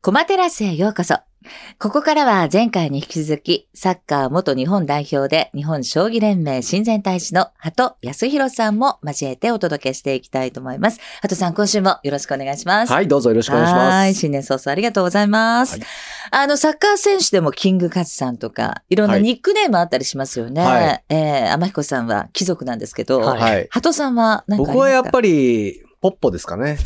コマテラスへようこそ。ここからは前回に引き続き、サッカー元日本代表で日本将棋連盟親善大使の鳩康弘さんも交えてお届けしていきたいと思います。鳩さん、今週もよろしくお願いします。はい、どうぞよろしくお願いしはまいす。新年早々ありがとうございます。はいあの、サッカー選手でもキングカズさんとか、いろんなはいニックネームあったりしますよね。はいええ天彦さんは貴族なんですけど、はいはい。鳩さんは何かありますか僕はやっぱり、ポッポです かね。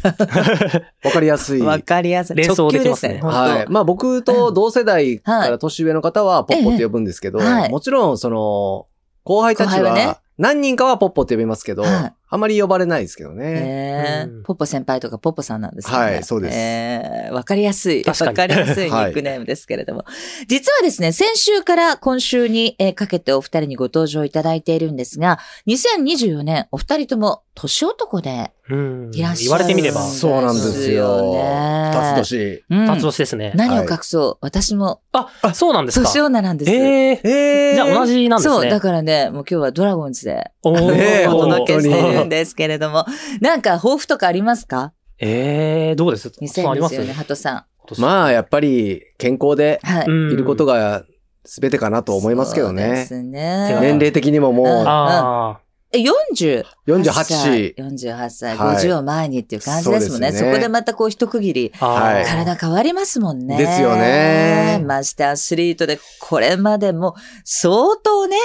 わかりやすい。わはかりやすい。連想できますね直球ですねい。まあ僕と同世代から年上の方はポッポって呼ぶんですけど、ええはいもちろんその、後輩たち後輩はねは、何人かはポッポって呼びますけど、はいあまり呼ばれないですけどね。えうーんポッポ先輩とかポッポさんなんですよね。はいそうですえーわかりやすい。わ確かにかりやすいニックネームですけれども。実はですね、先週から今週にえーかけてお二人にご登場いただいているんですが、2024年お二人とも年男でうんいらっしゃる言われてみれば、そそうなんですよ。そうですよね二つ年。うん辰年ですね。何を隠そう、私もあ、そうなんですか。年女なんです。えええじゃあ同じなんですね。そう、だからね、もう今日はドラゴンズでおーねえお本届当けにしているんですけれども、なんか抱負とかありますかええどうですそうありますよ ?2024 年、鳩さまあやっぱり、健康でん。はい。いることが全てかなと思いますけどそうでね。すね。手が年齢的にももあえ、40? う48歳48歳。。 48歳、はい50を前にっていう感じですもんね。そそうですねこでまたこう一区切り。あ、ははい体変わりますもんね。ですよねましてアスリートで、これまでも相当ね。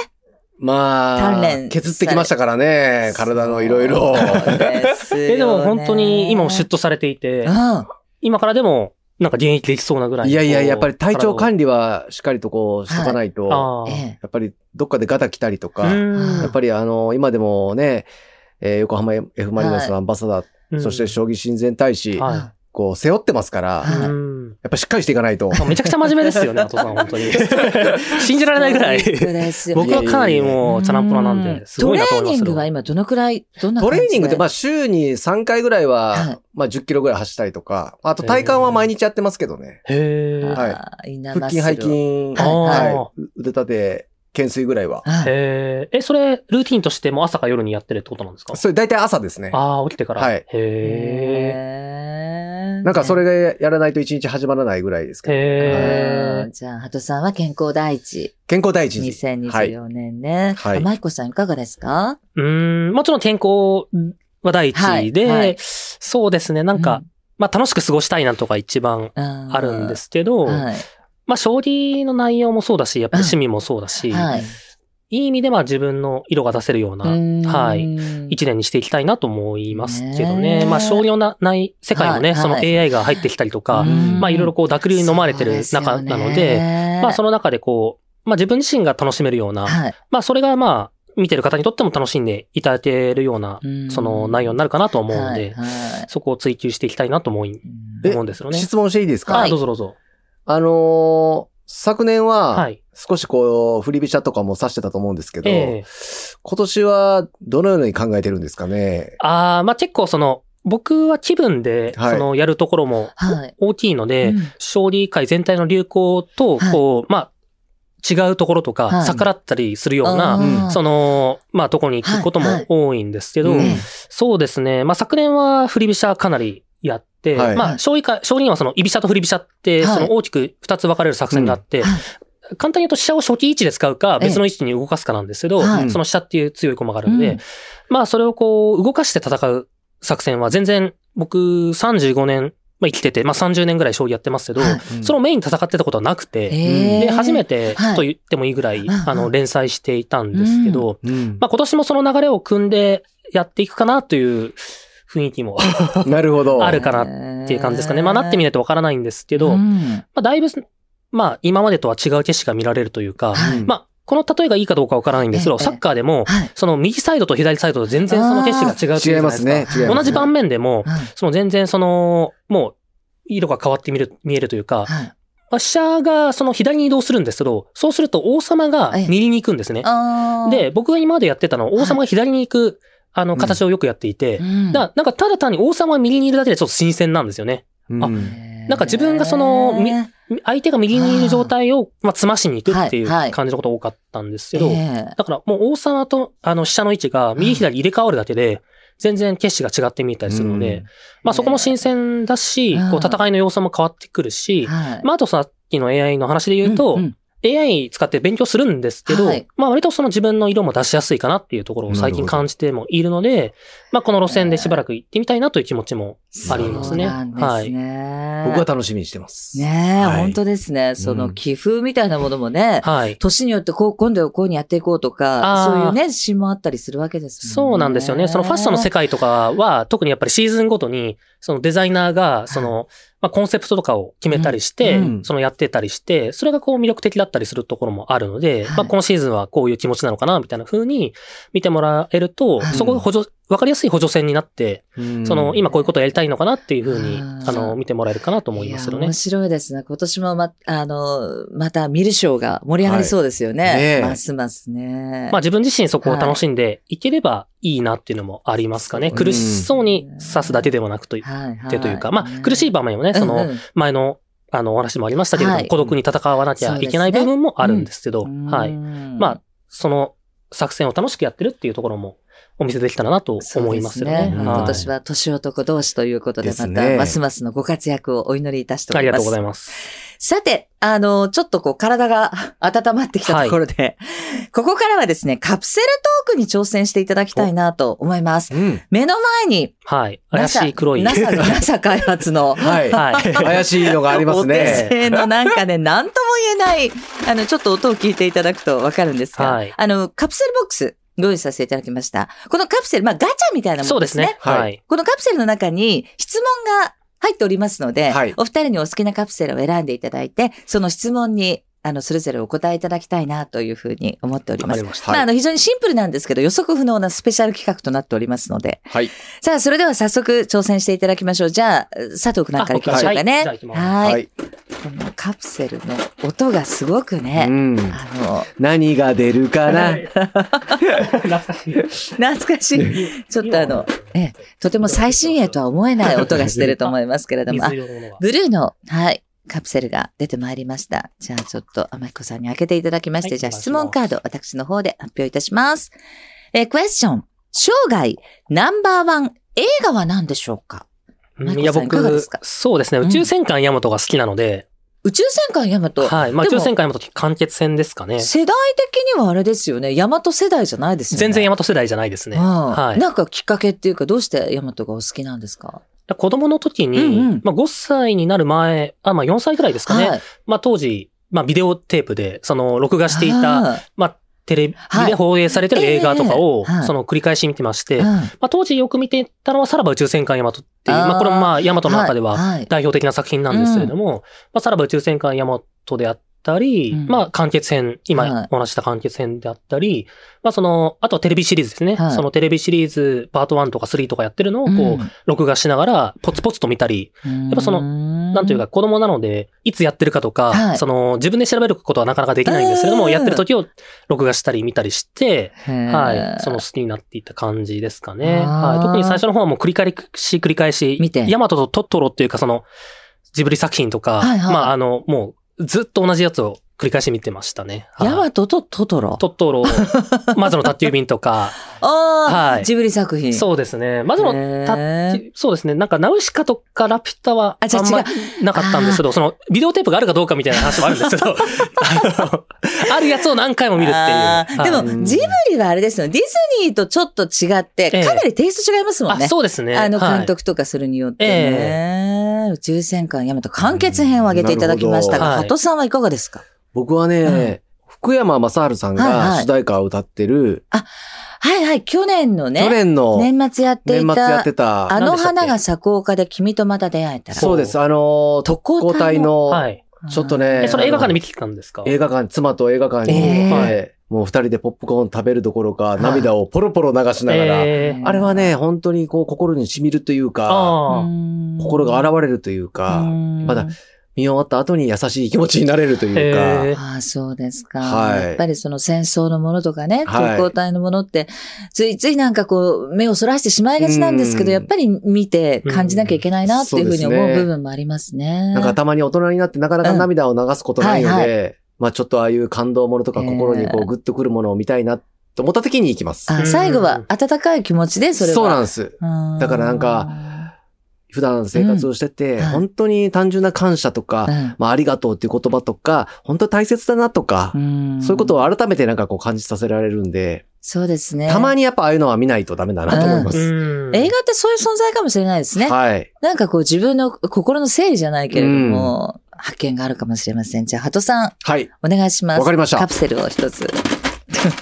ま鍛あ錬、削ってきましたからね、体のいろいろ。そうですよねえ、でも本当に今もシュッとされていてう、ん。今からでも、なんか現役できそうなぐらい。いやいや、やっぱり体調管理はしっかりとこうしとかないと、理ああ。ええ。やっぱりどっかでガタ来たりとか、うやんっぱりあの、今でもね、えー横浜 F ・マリノスのアンバサダー、うんそして将棋親善大使、はいこう背負ってますから、はやいうんっぱしっかりしていかないと。めちゃくちゃ真面目ですよね、お父さん、本 当に。信じられないぐらい。ですよね僕はかなりもう、チャランポラなんで、すごいなとト思レーニいますンけど。グは今どのくらい、どんなト感じレーニングって、まあ、あ週に3回ぐらいは、はいまあ10キロぐらい走ったりとか、あと体幹は毎日やってますけどね。へーはいい。インナーマ腹ッスル筋、を背筋、はいはいあ腕立て、懸垂ぐらいは。はいへーえ、それ、ルーティンとしても朝か夜にやってるってことなんですかそれ大体朝ですね。ああ、起きてから。はいへへーなんかそれがやらないと一日始まらないぐらいですーけど。へうんじゃあ、鳩さんは健康第一。健康第一に。はい。 2024年ね。はいあマイコさんいかがですかーうーん、もちろん健康は第一で、はいはいそうですね、なんか、、まあ楽しく過ごしたいなとか一番ああるんで。すけど、はい。まあ将棋の内容もそうだし、やっぱり趣味もそうだし、はい。い、い意味でまあ自分の色が出せるような、はうい。ーん一年にしていきたいなと思いますけどねえね。まあ、将棋のなない世界もね、はいそのは AI が入ってきたりとか、うんまあ、いろいろこう、濁流に飲まれてる中なので、、まあその、の中でこう、まあ自分自身が楽しめるような、はいまあそれがまあ見てる方にとっても楽しんでいただけるような、うんその内容になるかなと思うんで、はいはいそこを追求していきたいなと思いえ思うんですよね。質問していいですか、はいあどうぞどうぞ。あのー昨年は。はい少しこう、振り飛車とかも指してたと思うんですけど、ええ今年はどのように考えてるんですかねああ、まあ結構その、僕は気分で、はいそのやるところもはい。大きいので、うん将棋界全体の流行と、はいこう、まあ違うところとはか、い逆らったりするようあな、ーその、まあとこに行くことはいはいも多いんですけど、うんええそうですね。まあ、昨年は振り飛車かなりやって、はいまあ、将棋か、将棋にはその、居飛車と振り飛車って、はいその大きく二つ分かれる作戦があって、はい簡単に言うと飛車を初期位置で使うか、ええ別の位置に動かすかなんですけど、はいその飛車っていう強い駒があるんで、うんまあ、それをこう、動かして戦う作戦は全然、僕、35年、まあ、生きてて、まあ、30年ぐらい将棋やってますけど、はいそのメインに戦ってたことはなくて、へーで、初めてはいと言ってもいいぐらい、うんあの、連載していたんですけど、うんまあ、今年もその流れを組んでやっていくかなという雰囲気もなるほど。あるかなっっていう感じですかね。まあ、なってみないとわからないんですけけど、うまんあ、だいぶ、まあ、今までとは違う景色が見られるというか、はいまあ、この例えがいいかどうかわからないんですけえど、えサッカーでも、はいその右サイドと左サイドと全然その景色が違うっていうじ違いゃなまいですすか。ね。違いますね同じ盤面でも、はいその全然その、もう、色が変わって見る、見えるというはか、いまあ飛車がその左に移動するんですけど、そうすると王様が右に行くんですね。あーで、、僕が今までやってたのは王様が左に行く、あの、形をよくやっていて、うんだなんかただ単に王様が右にいるだけでちょっと新鮮なんですよね。うんあななんか自分がそのみ相手が右にいる状態を、まあ、詰ましに行くっていうはいはい感じのことが多かったんですけど、だからもう王様とあの飛車の位置が右左入れ替わるだけで、全然景色が違って見えたりするので、うんまあそこも新鮮だし、うんこう戦いの様相も変わってくるし、はい。まああとさっきの AI の話で言うと、んん AI 使って勉強するんですけど、はいまあ割とその自分の色も出しやすいかなっていうところを最近感じてもいるので、まあこの路線でしばらく行ってみたいなという気持ちもありますね。そうなんですはい。ね。僕は楽しみにしてます。ねえ、はい本当ですね。その寄付みたいなものもね、はい。年によってこう、今度はこういうふうにやっていこうとか、あーそういうね、指針もあったりするわけですもんね。そうなんですよね。そのファッションの世界とかは、特にやっぱりシーズンごとに、そのデザイナーが、その、まあコンセプトとかを決めたりして、うんうんそのやってたりして、それがこう魅力的だったりするところもあるので、はいまあこのシーズンはこういう気持ちなのかな、みたいな風に見てもらえると、はいそこが補助、わかりやすい補助線になって、うんその、今こういうことやりたいのかなっていうふうに、ああーの、見てもらえるかなと思いますけどいやね面。白いですね。今年もま、あの、また見るショーが盛り上がりそうですよね。はいねえますますね。まあ自分自身そこを楽しんでいければいいなっていうのもありますかね。うん苦しそうに刺すだけではなくといはいはてというか、まあ苦しいい、場面もね、その前のあのお話もありましたけれどはも、い孤独に戦わなきゃいけない部分もあるんですけど、はい。まあまその作戦を楽しくやってるっていうところもお見せできたらなと思いますよそうですね。ねはい今年は年男同士ということで、でますねた、ますますのご活躍をお祈りいたしておありります。がとうございます。さて、あの、ちょっとこう、体が温まってきたところで、 ここからはですね、カプセルトークに挑戦していただきたいなと思います。うん。目の前に、はい。怪し NASA い黒い。 NASA, NASA 開発の、はい。はい。怪しいのがあります お手ね。製のなんかね、なんとも言えない、あの、ちょっと音を聞いていただくとわかるんですが、はいあの、カプセルボックス、ご用意させていただきました。このカプセル、まあ、ガチャみたいなもそのうでですすね。ね。はいはい。このカプセルの中に質問が入っておりますので、はいお二人にお好きなカプセルを選んでいただいて、その質問に、あの、それぞれお答えいただきたいなというふうに思っておりわまかすり。ました。まあ、あの、非常にシンプルなんですけど、予測不能なスペシャル企画となっておりますので。はい。さあ、それでは早速挑戦していただきましょう。じゃあ、佐藤くんなんから行きましょうかね。あ僕からはいはい。このカプセルの音がすごくうね、ん。あの、何が出るかな懐かしい。懐かしい。 ちょっとあの、ええ、とても最新鋭とは思えない音がしてると思いますけれども、あ水色のものが。ブルーの、はい、カプセルが出てまいりました。じゃあちょっと天彦さんに開けていただきまして、はいじゃあお願い質します問カード、私の方で発表いたします。えー、クエスチョン。生涯ナンバーワン映画は何でしょうかマイコいや、さんいかがで僕すか、そうですね。宇宙戦艦ヤマトが好きなので、宇宙戦艦ヤマト。はい。まあ、宇でも宙戦艦ヤマト完結戦ですかね。世代的にはあれですよね。ヤマト世代じゃないですよね。全然ヤマト世代じゃないですね。うんはいなんかきっかけっていうか、どうしてヤマトがお好きなんですか子供の時に、うんうんまあ、5歳になる前、あ、まあ、4歳くらいですかね。はい。まあ、当時、まあ、ビデオテープで、その、録画していた、はいまあ、テレビはいで放映されてる映画とかを、ええはいその、繰り返し見てまして、うんまあ、当時よく見てたのは、さらば宇宙戦艦ヤマトっていう、あーまあ、これもまあ、ヤマトの中では、はい代表的な作品なんですけれども、まあ、さらば宇宙戦艦ヤマトであったり、うんまあ、完結編、はい今お話しした完結編であったり、まあ、その、あとはテレビシリーズですね。はいそのテレビシリーズ、パート1とか3とかやってるのを、こう、うん録画しながら、ポツポツと見たり、やっぱそののなんというか、子供なので、いつやってるかとか、はいその、自分で調べることはなかなかできないんですけれどうんも、やってる時を録画したり見たりして、はい、そのの好きになっていった感じですかね。あーはい、特に最初の方はもう繰り返し繰り返し、見てヤマトとトトロっていうか、その、ジブリ作品とか、はいはいまあ、あの、もう、ずっと同じやつを繰り返し見てましたね。はいヤマトとトトロ。ト トロ、魔女の宅急便とか、ああ、はいジブリ作品。う。そうですね。魔女のへーそうですね。なんか、ナウシカとかラピュタはあじゃああんまなかったんですけど、その、ビデオテープがあるかどうかみたいな話もあるんですけ ど、 あのあるやつを何回も見るっていう。あーでも、はいうんジブリはあれですよ。ディズニーとちょっと違って、ええかなりテイスト違いますもんね。あ、そうですね。あの、はい監督とかするによってえね。宇宙戦艦ヤマト完結編を挙げていただきましたうんなが、るほ鳩どさんはいかがですか僕はね、福山雅治さんはいはがい主題歌を歌ってる、はいはい、去年のね、去年の年末やってい年末やたって、た、あの花が咲く丘で君とまた出会えたら。そうです、あのー、特攻隊の、はい。ちょっとね、え、それ映画館で見てきたんですか映画館、妻と映画館にえ行ーって、もう二人でポップコーン食べるどころか、い涙をポロポロ流しながら、えうーんあれはね、本当にこう心に染みるというか、あー心が現現れるというか、まだ見終わった後に優しい気持ちになれるというか、えーああ、そうですか。はいやっぱりその戦争のものとかね、はい特攻隊のものって、ついついなんかこう、目をそらしてしまいがちなんですけど、うんやっぱり見て感じなきゃいけないなっていうふうに思そううですね部分もありますね。なんかたまに大人になってなかなか涙を流すことないので、うんはいまあちょっとああいう感動ものとかえー心にこうグッとくるものを見たいなっと思った時に行きます。あ、最後は温かい気持ちで、それは。そうなんんです。だからなんか、普段生活をしてて、うんはい本当に単純な感謝とか、まあ、ありがとうっていう言葉とか、本当に大切だなとか、んそういうことを改めてなんかこう感じさせられるんで、そうですね。たまに。にやっぱああいうのは見ないとダメだなと思いまうす。ん。映画ってそういう存在かもしれないですね。はい。なんかこう自分の心の整理じゃないけれども、発見があるかもしれません。じゃあ、鳩さん、はい。お願いします。わかりましたカプセルを一つ。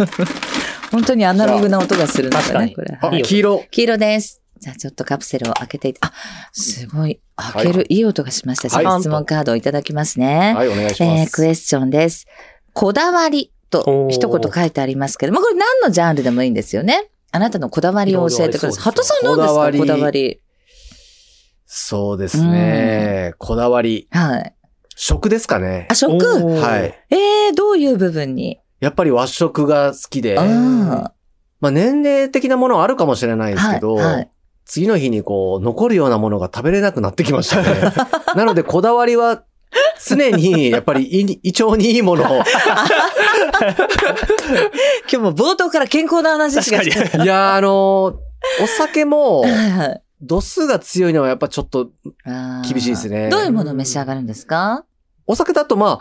本当にアナログな音がするんだ確かね、にこれ。あはいいよ黄色。黄色です。じゃあちょっとカプセルを開けていて、あ、すごい、開ける、、はいい音がしました。じゃあはい質問カードをいただきますね。はい、お願いしえまー、クす。エスチョンです。こだわりとおー一言書いてありますけど、まあこれ何のジャンルでもいいんですよね。あなたのこだわりを教えてください。いろいろありそう鳩ですさんどうですかここだだわわりりそうですね。こだわり。はい。食ですかねあ、。食おーはい。えー、どういう部分に、やっぱり和食が好きで、あまあ年齢的なものはあるかもしれないーですけど、はい。はい。次の日にこう、残るようなものが食べれなくなってきまし たね。 なので、こだわりは、常に、やっぱり胃に、胃腸にいいものを。今日も冒頭から健康な話しかしてない。いやー、あのーお酒も、はいはい度数が強いのはやっぱちょっと、あー厳しいですねどういうものを召し上がるんですかお酒だとまあ、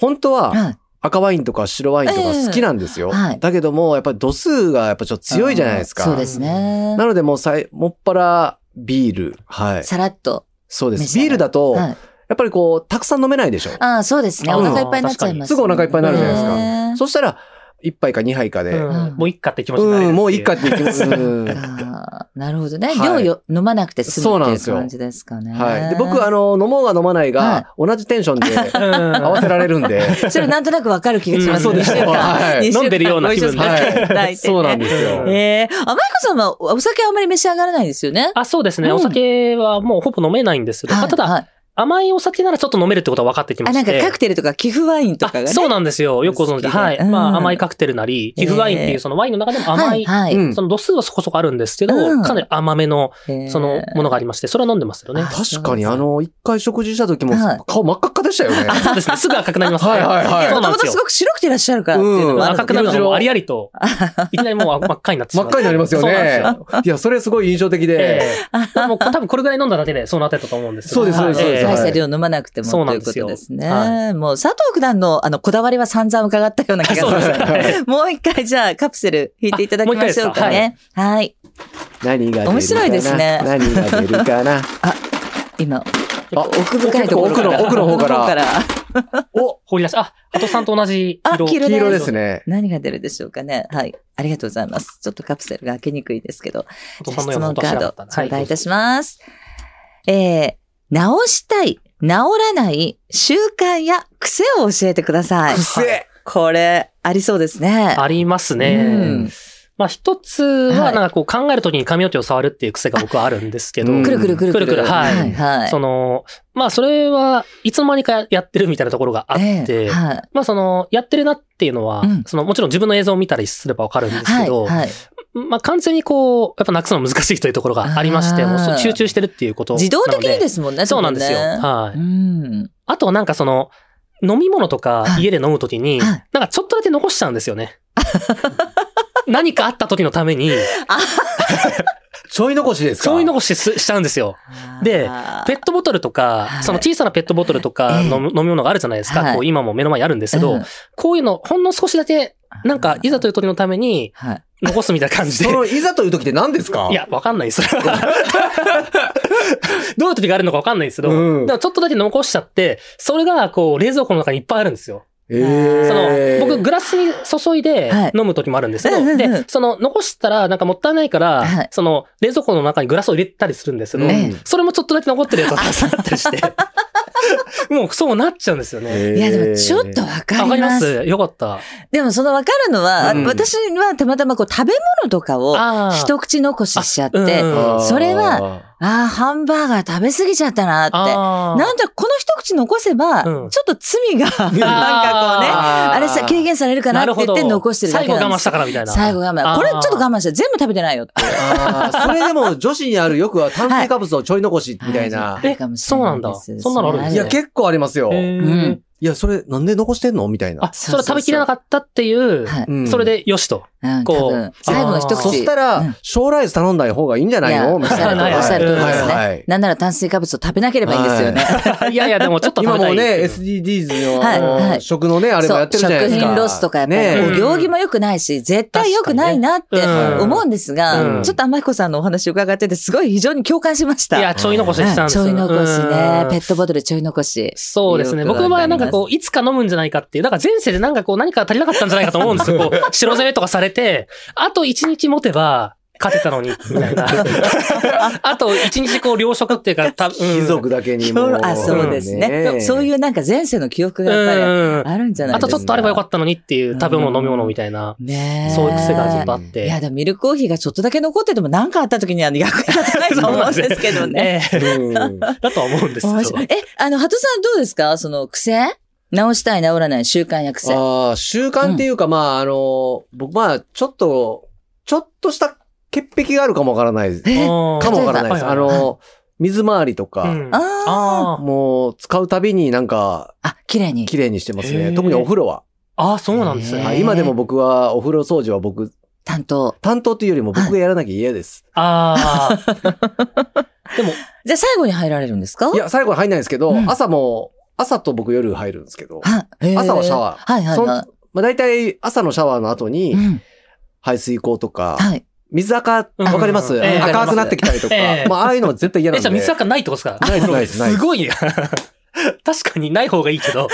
本当ははい。赤ワインとか白ワインとか好きなんですよ。ええはいだけども、やっぱり度数がやっぱちょっと強いじゃないですか。そうですねな。のでもうさい、もっぱらビール。はい。さらっと。そうで召し上す。がるビールだと、はやい。っぱりこう、たくさん飲めないでしょ。ああ、そうですね。あおー腹いっぱいになっちゃいます、すぐお腹いっぱいになるじゃないですかねそしたら、一杯か二杯かで、うんもういっかって気持ちになれるうん、もういいかっって言ってます。うんあーなるほどね。はい量よ、飲まなくて済そむうってなんいでうすよ感じですかね。はい。で、僕、あの、飲もうが飲まないが、同じテンションでていう。うん。合わせられるん で。それなんとなくわかる気がします。うんそうで二しょ週間はい二週間飲んでるような気分ご一緒でさせていただいてねそうなんですよ。ええあ、マイコさんはお酒あんまり召し上がらないですよね。あ、そうですね。うんお酒はもうほぼ飲めないんですけど、まあただ、はい甘いお酒ならちょっと飲めるってことは分かってきまあ、して。なんかカクテルとか寄付ワインとかがね。あそうなんですよ。よくご存知で。好きではい。うんまあ、甘いカクテルなり、ええ寄付ワインっていうそのワインの中でも甘い、はい、うはい。んその度数はそこそこあるんですけうんど、かなり甘めの、ええそのものがありまして、それは飲んでますよね。あ確かに、あの、一回食事した時もはい、顔真っ赤っかでしたよね。あそうですね。すぐ赤くなりますね。はいはいはいそもとうなんもですとよすご。く白くてらっしゃるからっていうのもある赤くなるのがもうありありと、いきなり もう真っ赤になってし真まっう。赤になりますよそうなんですねよ。。いや、それすごい印象的で。ええもう多分これぐらい飲んだだけでそうなってたと思うんですよそうですそうですそうですは大いしはたい量飲まなくてもそうとないんうですことよですね。はもう佐藤九段のあのこだわりは散々伺ったような気がします そうですね。もう一回じゃあカプセル引いていただきましょうかね。はい、何が出るかな面白いですね何が出るか な。今、あ奥深いところ奥の、奥の方から。お放り出し、あ、鳩さんと同じあ色。黄色黄色ですね。何が出るでしょうかね。はい。ありがとうございます。ちょっとカプセルが開けにくいですけど。鳩じゃさあ質んのような問ことカはしーなかドった、頂戴いたします。えー、直したい、治らない習慣や癖を教えてください。くせえこれ、ありそうですね。ありますうねん。まあ一つはは、いなんかこう考えるときに髪の毛を触るっていう癖が僕はあるんですけど、うんくるくるくるくる。くるくるはいはい。はいその、まあそれはいつの間にかやってるみたいなところがあって、ええはい。まあその、やってるなっていうのは、うんそのもちろん自分の映像を見たりすればわかるんですはけい。ど、はい。まあ完全にこう、やっぱなくすのは難しいというところがありまして、あーもうそう集中してるっていうことなので。自動的にですもんね。そうなんですよ。多分ねはい。うん。あとはなんかその、飲み物とかはい家で飲むときに、はいなんかちょっとだけ残しちゃうんです よね。何かあった時のために、ちょい残しですかそういう残しすしちゃうんですよ。であーペットボトルとか、はいその小さなペットボトルとかええ飲む飲み物があるじゃないですか。はいこう今も目の前にあるんですけど、うんこういうのほんの少しだけ、なんかいざという時のためにはい。残すみたい な感じでそ。の、いざという時って何ですかいや、わかんないです。それはどういう時があるのかわかんないですけど、うんだからちょっとだけ残しちゃって、それがこう冷蔵庫の中にいっぱいあるんですよ。えーその、僕、グラスに注いではい飲む時もあるんですけうんうど、んうんで、その、残したらなんかもったいないかはいら、その、冷蔵庫の中にグラスを入れたりするんですけどうんええ、それもちょっとだけ残ってるやつがたくさんあったりして、 もうそうなっちゃうんですよね。いや、でもちょっとえーわわかかりりま。ますすよかった。でもそのわかるのは、うん私はたまたまこう食べ物とかをあー一口残ししちゃって、あうんうあんーそれは、ああ、ハンバーガー食べ過ぎちゃったなって。あーなんだ、この一口残せば、ちょうっんと罪が、なんかこうね、ああーれさ、軽減されるかななって言るほどって残してるだけ最な後ん我で慢しすた。からみたいな。最後我慢。あーこれちょっと我慢して、全部食べてないよっていう。あーそれでも女子にあるよくは炭水化物のちょい残しみたいな。あるかもしれいですえそうなんだそんなのあるんですいねや、結構ありますよ。へーうんいや、それなんで残してんのみたいな。あ、それは食べきれなかったっていうはい、う んそれでよしと。うん、こう多分最後の一口。そしたうらん、将来頼んだ方がいいんじゃないいやのみたいな。おっしゃる通りおっしゃる通りですねはいはいなんなら炭水化物を食べなければいいんですよね。いやいや、でもちょっと食今べたもいね、っていう。 SDGs の、はいはい食のね、あれもやってるじゃないですそか。う食品ロスとかやっぱねりえお行儀も良くないし、絶対良くないなって思うんですが、うんちょっと天彦さんのお話伺ってて、すごい非常に共感しました。いや、ちょい残ししたんですよ。はいちょい残しねう。んペットボトルちょい残し。そうですね。よく僕はなんかこう、いつか飲むんじゃないかっていう、なんか前世でなんかこう、何か足りなかったんじゃないかと思う んですよ。こう、白攻めとかされて、あと1日持てば、勝てたのに、み たいな。あと1日こう、糧食っていうか、たうん貴族だけにも。。あ、そうですね。そういううなんか前世の記憶がうやっんぱりあるんじゃないあですとか。ちょっとあればよかったのにっていう、食べ物、飲み物みたいな、ねえそういう癖がちょっとあって。いや、でもミルクコーヒーがちょっとだけ残ってても何かあった時には役に立たないと思うんですけどね。 え えうんだとは思うんですけ面白いえ、あの、鳩さんどうですかその癖直したい、治らない、習慣や癖。ああ、習慣っていうか、まあ、あの、僕、まあ、ちょっと、ちょっとした潔癖があるかもわからないです。えど。かもわからないです。あの、水回りとか、あああー。もう、使うたびになんか、あ、綺麗に。綺麗にしてますへね。ー特にお風呂は。ああ、そうなんですへね。ーはい今でも僕は、お風呂掃除は僕、担当。担当というよりも僕がやらなきゃ嫌です。ああ。 でも、じゃあ最後に入られるんですかいや、最後に入んないんですけど、うん朝も、朝と僕夜入るんですけど、は、へ朝はシャワー。はいはいそんはまあ、大体朝のシャワーの後い。うに、ん。排水口とか、はい。水垢、わうんかります、ええわかります赤くなってきたりとか、ええまあ、ああいうのは絶対嫌なえ、んじで。ゃあ水垢ないってことですかないですないですないですすごい。 確かにない方がいいけど。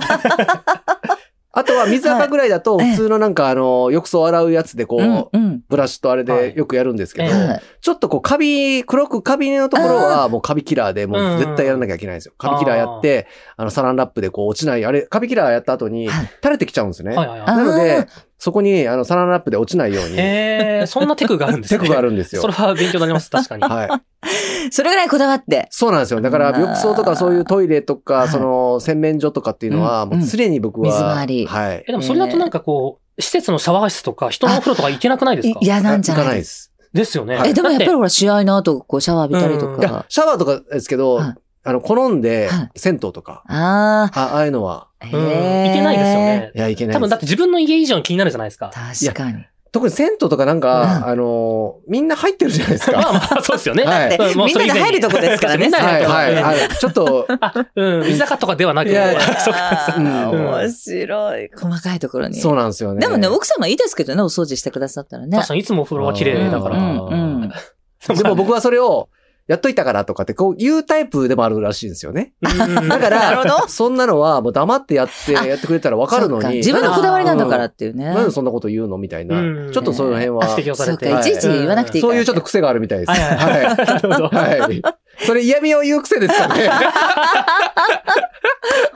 はいあとは水垢ぐらいだと、はい普通のなんかあの、浴槽洗うやつでこう、うん。うん。ブラシとあれはでいよくやるんですけど、ええはいちょっとこう、カビ、黒くカビのところはもうカビキラーで、もう絶対やらなきゃいけないんですよ。カビキラーやって、あの、サランラップでこう落ちない、あれ、カビキラーやった後にはい垂れてきちゃうんですね。はいはいあはなのあで、そこにあの、サランラップで落ちないようい。に、へえ、そんなテクがあるんですテね。クがあるんですよそれ。は勉強になります、確かに。はい。それぐらいこだわって。そうなんですよ。だから、うん浴槽とかそういうトイレとはか、いその、洗面所とかっていうのは、うんもう常に僕は。水回りはいえ、。でもそれだとなんかこう、施設のシャワー室とか、人のお風呂とか行けなくないですか嫌なんじゃ行かなないでいですす。ですよね。え、でもやっぱりだほら、試合の後、こう、シャワー浴びたりとうんいやか。シャワーとかですけど、はいあの、好んではい、銭湯とか、ああああいうのは、あ。へうんえ。行けないですよ。ね。いや、いけない多で分すだって自分の家以上に気になるじゃないですか。確かに。特に銭湯とかなんうんか、あの、みんな入ってるじゃないですまあか。まあ、そうですよね。はいだってうんもうみんそれなが以前に入るとこですからね。みんながは入い、るとこはい、はい。ちょっと、あ、うん、水垢とかではなく。いやいや そうあーうん面白い。細かいところに。そうなんですよね。でもね、奥様いいですけどね、お掃除してくださったらね確。かにいつもお風呂は綺麗だかうら。んうんうんでも僕はそれを、やっといたからとかって、こう、言うタイプでもあるらしいんですよね。 うんだかなるほら、そんなのは、もう黙ってやって、あやってくれたらわかるのそうに。自分のこだわりなんだからっていうね。なんでそんなこと言うのみたいな。うんちょっとその辺は。指摘をされて。そうかいちいち言わなくていいそういうちょっと癖があるみたいです。はいはいはい。なるほど。はい。それ嫌味を言う癖ですかね。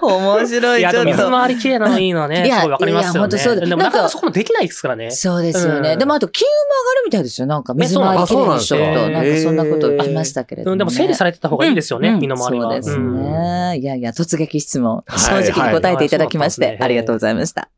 面白いい、や、ちでもょっ水と。回り綺麗なのいいのはね、いやすごいわかりますよいやね。本当そうだでもななんかかなかそこもできないですからね。そうですよね。うんでもあと、金運も上がるみたいですよ。なんか、水回りえきそうれいなんにしとくと。あそうななんんか、ですそかんなこと聞きましたけれどうも。んでも整理されてた方がいいですよね、うん身の回りは。そうですんね。いやいや、突撃質問。はい正直に答えていただきまして、はいありがとうございました。